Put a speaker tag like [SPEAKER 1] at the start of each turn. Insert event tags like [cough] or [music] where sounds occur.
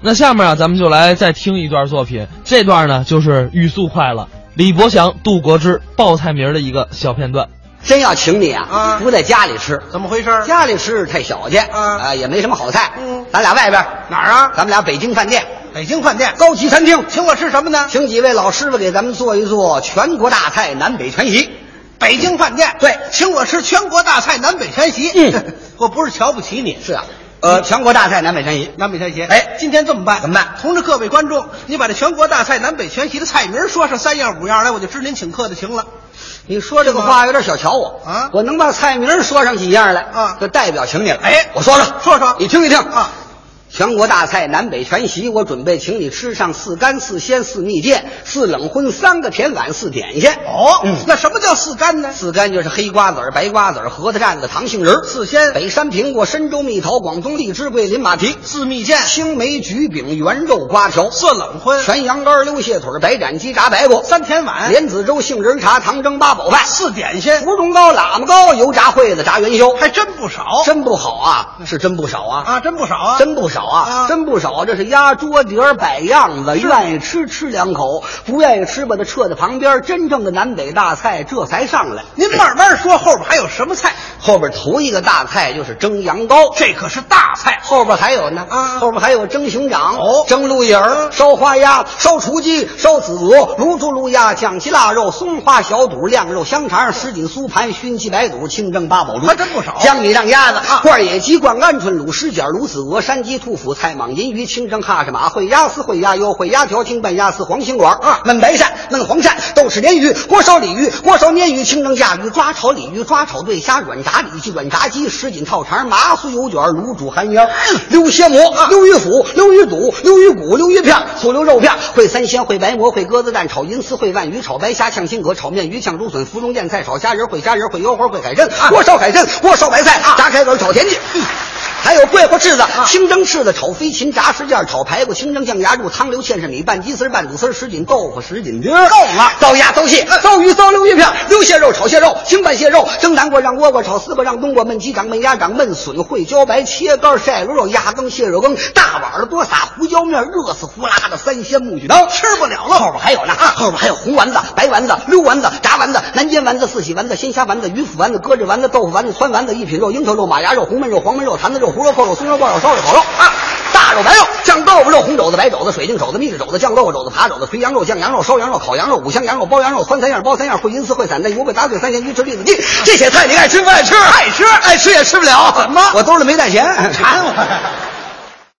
[SPEAKER 1] 那下面啊，咱们就来再听一段作品。这段呢，就是《欲速快了》，李伯祥、杜国之报菜名的一个小片段。
[SPEAKER 2] 真要请你啊
[SPEAKER 3] 啊，
[SPEAKER 2] 不在家里吃，
[SPEAKER 3] 怎么回事？
[SPEAKER 2] 家里吃太小气
[SPEAKER 3] 啊
[SPEAKER 2] 啊，也没什么好菜。
[SPEAKER 3] 嗯
[SPEAKER 2] 咱俩外边
[SPEAKER 3] 哪儿啊？
[SPEAKER 2] 咱们俩北京饭店
[SPEAKER 3] 北京饭店
[SPEAKER 2] 高级餐厅，
[SPEAKER 3] 请我吃什么呢？
[SPEAKER 2] 请几位老师傅给咱们做一做全国大菜，南北全席。
[SPEAKER 3] 北京饭店
[SPEAKER 2] 对
[SPEAKER 3] 请我吃全国大菜南北全席。
[SPEAKER 2] 嗯
[SPEAKER 3] [laughs] 我不是瞧不起你，
[SPEAKER 2] 是啊，呃，全国大菜，南北全席。
[SPEAKER 3] 南北全席。
[SPEAKER 2] 哎
[SPEAKER 3] 今天这么办？
[SPEAKER 2] 怎么办
[SPEAKER 3] 同志各位观众，你把这全国大菜南北全席的菜名说上三样五样来，我就知您请客的情了。
[SPEAKER 2] 你说这个
[SPEAKER 3] 是吗
[SPEAKER 2] 话有点小瞧我
[SPEAKER 3] 啊
[SPEAKER 2] 我能把菜名说上几样来
[SPEAKER 3] 啊
[SPEAKER 2] 就代表请你了。
[SPEAKER 3] 哎
[SPEAKER 2] 我说说
[SPEAKER 3] 说说
[SPEAKER 2] 你听一听
[SPEAKER 3] 啊。
[SPEAKER 2] 全国大菜南北全席，我准备请你吃上四干、四鲜、四蜜饯、四冷荤、三个甜碗、四点心。
[SPEAKER 3] 哦
[SPEAKER 2] 嗯
[SPEAKER 3] 那什么叫四干呢？
[SPEAKER 2] 四干就是黑瓜子儿、白瓜子儿、核桃蘸子、糖杏仁儿
[SPEAKER 3] 四鲜
[SPEAKER 2] 北山苹果、深州蜜桃、广东荔枝、桂林马蹄、
[SPEAKER 3] 四蜜饯、
[SPEAKER 2] 青梅、橘饼、圆肉、瓜条、
[SPEAKER 3] 四冷荤、
[SPEAKER 2] 全羊肝、溜蟹腿、白斩鸡、炸白果、
[SPEAKER 3] 三甜碗、
[SPEAKER 2] 莲子粥、杏仁茶、糖蒸八宝饭、
[SPEAKER 3] 四点心，
[SPEAKER 2] 芙蓉糕、喇嘛糕、油炸烩子、炸元宵，
[SPEAKER 3] 还真不少。
[SPEAKER 2] 真不好啊，是真不少啊。
[SPEAKER 3] 啊，真不少啊！
[SPEAKER 2] 真不少啊，
[SPEAKER 3] 啊
[SPEAKER 2] 真不少！这是鸭桌碟儿摆样子，愿意吃吃两口，不愿意吃把它撤在旁边。真正的南北大菜这才上来。
[SPEAKER 3] 您慢慢说，后边还有什么菜？
[SPEAKER 2] 后边头一个大菜就是蒸羊羔，
[SPEAKER 3] 这可是大菜，
[SPEAKER 2] 后边还有呢，
[SPEAKER 3] 啊
[SPEAKER 2] 后边还有蒸熊掌、
[SPEAKER 3] 哦
[SPEAKER 2] 蒸鹿眼儿、烧花鸭、烧雏鸡、烧子鹅、卤猪、卤鸭、酱鸡腊肉、松花小肚、晾肉香肠、什锦酥盘、熏鸡白肚、清蒸八宝猪，
[SPEAKER 3] 还真不少
[SPEAKER 2] 江米酿鸭子、
[SPEAKER 3] 啊
[SPEAKER 2] 罐野鸡、灌鹌鹑、卤狮卷、卤子鹅、山鸡、兔脯、菜蟒、银鱼、清蒸哈什马、烩鸭丝、烩鸭腰、烩鸭条、清拌鸭丝、黄心管儿
[SPEAKER 3] 啊
[SPEAKER 2] 焖白鳝、焖黄鳝、豆豉鲢鱼、锅烧鲤鱼、锅烧鲶鱼、清蒸甲鱼、抓炒鲤鱼、抓炒对虾、软炸里脊、软炸鸡、什锦套肠、麻酥油卷、卤煮寒腰、
[SPEAKER 3] 嗯
[SPEAKER 2] 溜蝎蘑、
[SPEAKER 3] 啊
[SPEAKER 2] 溜鱼腐、溜鱼肚、溜鱼骨、溜鱼片、醋溜肉片、烩三鲜、烩白蘑、烩鸽子蛋、炒银丝、烩鳗鱼、炒白虾、炝青蛤、炒面鱼、炝竹笋、芙蓉燕菜、炒虾仁、烩虾仁、烩腰花、烩海参、
[SPEAKER 3] 啊
[SPEAKER 2] 锅烧海参、锅烧白菜、炸开碗、炒田鸡。
[SPEAKER 3] 嗯
[SPEAKER 2] 还有桂花翅子、
[SPEAKER 3] 啊
[SPEAKER 2] 清蒸翅子、炒飞禽、炸石件、炒排骨、清蒸酱鸭柱、汤流芡实米、拌鸡丝、拌肚丝、什锦豆腐、什锦丁儿，
[SPEAKER 3] 够了啊
[SPEAKER 2] 糟鸭、糟蟹、糟鱼、糟溜鱼片、溜蟹肉、炒蟹肉、清拌蟹肉、蒸南瓜、让窝瓜、炒丝瓜、让冬瓜、焖鸡掌、焖鸭掌、焖笋、烩茭白、切肝、晒卤肉、鸭羹、蟹肉羹，大碗儿多撒胡椒面，热死呼啦的三鲜木须刀，吃不了了。后边还有呢，啊后边还有红丸子、白丸子、溜丸子、炸丸子、南煎丸子、四喜丸子、鲜虾丸子、鱼腐丸子、鸽子丸子、豆腐丸子、川丸子、一品肉、樱桃肉、马牙肉、红焖肉、黄焖肉、坛子肉、胡萝卜肉、松肉、爆肉、烧肉、烤肉啊。大肉、白肉、酱豆腐肉、红肘子、白肘子、水晶肘子、蜜制肘子、酱豆腐肘子、扒肘子、肥羊肉、酱羊肉、烧羊肉、烤羊肉、五香羊肉、包羊肉、宽三样、包三样、烩银丝、烩散蛋、油焖打嘴三鲜鱼、吃栗子鸡。这些菜你爱吃不爱吃？爱吃，爱吃也吃不了。
[SPEAKER 3] 怎么
[SPEAKER 2] 我兜里没带钱，
[SPEAKER 3] 馋我呀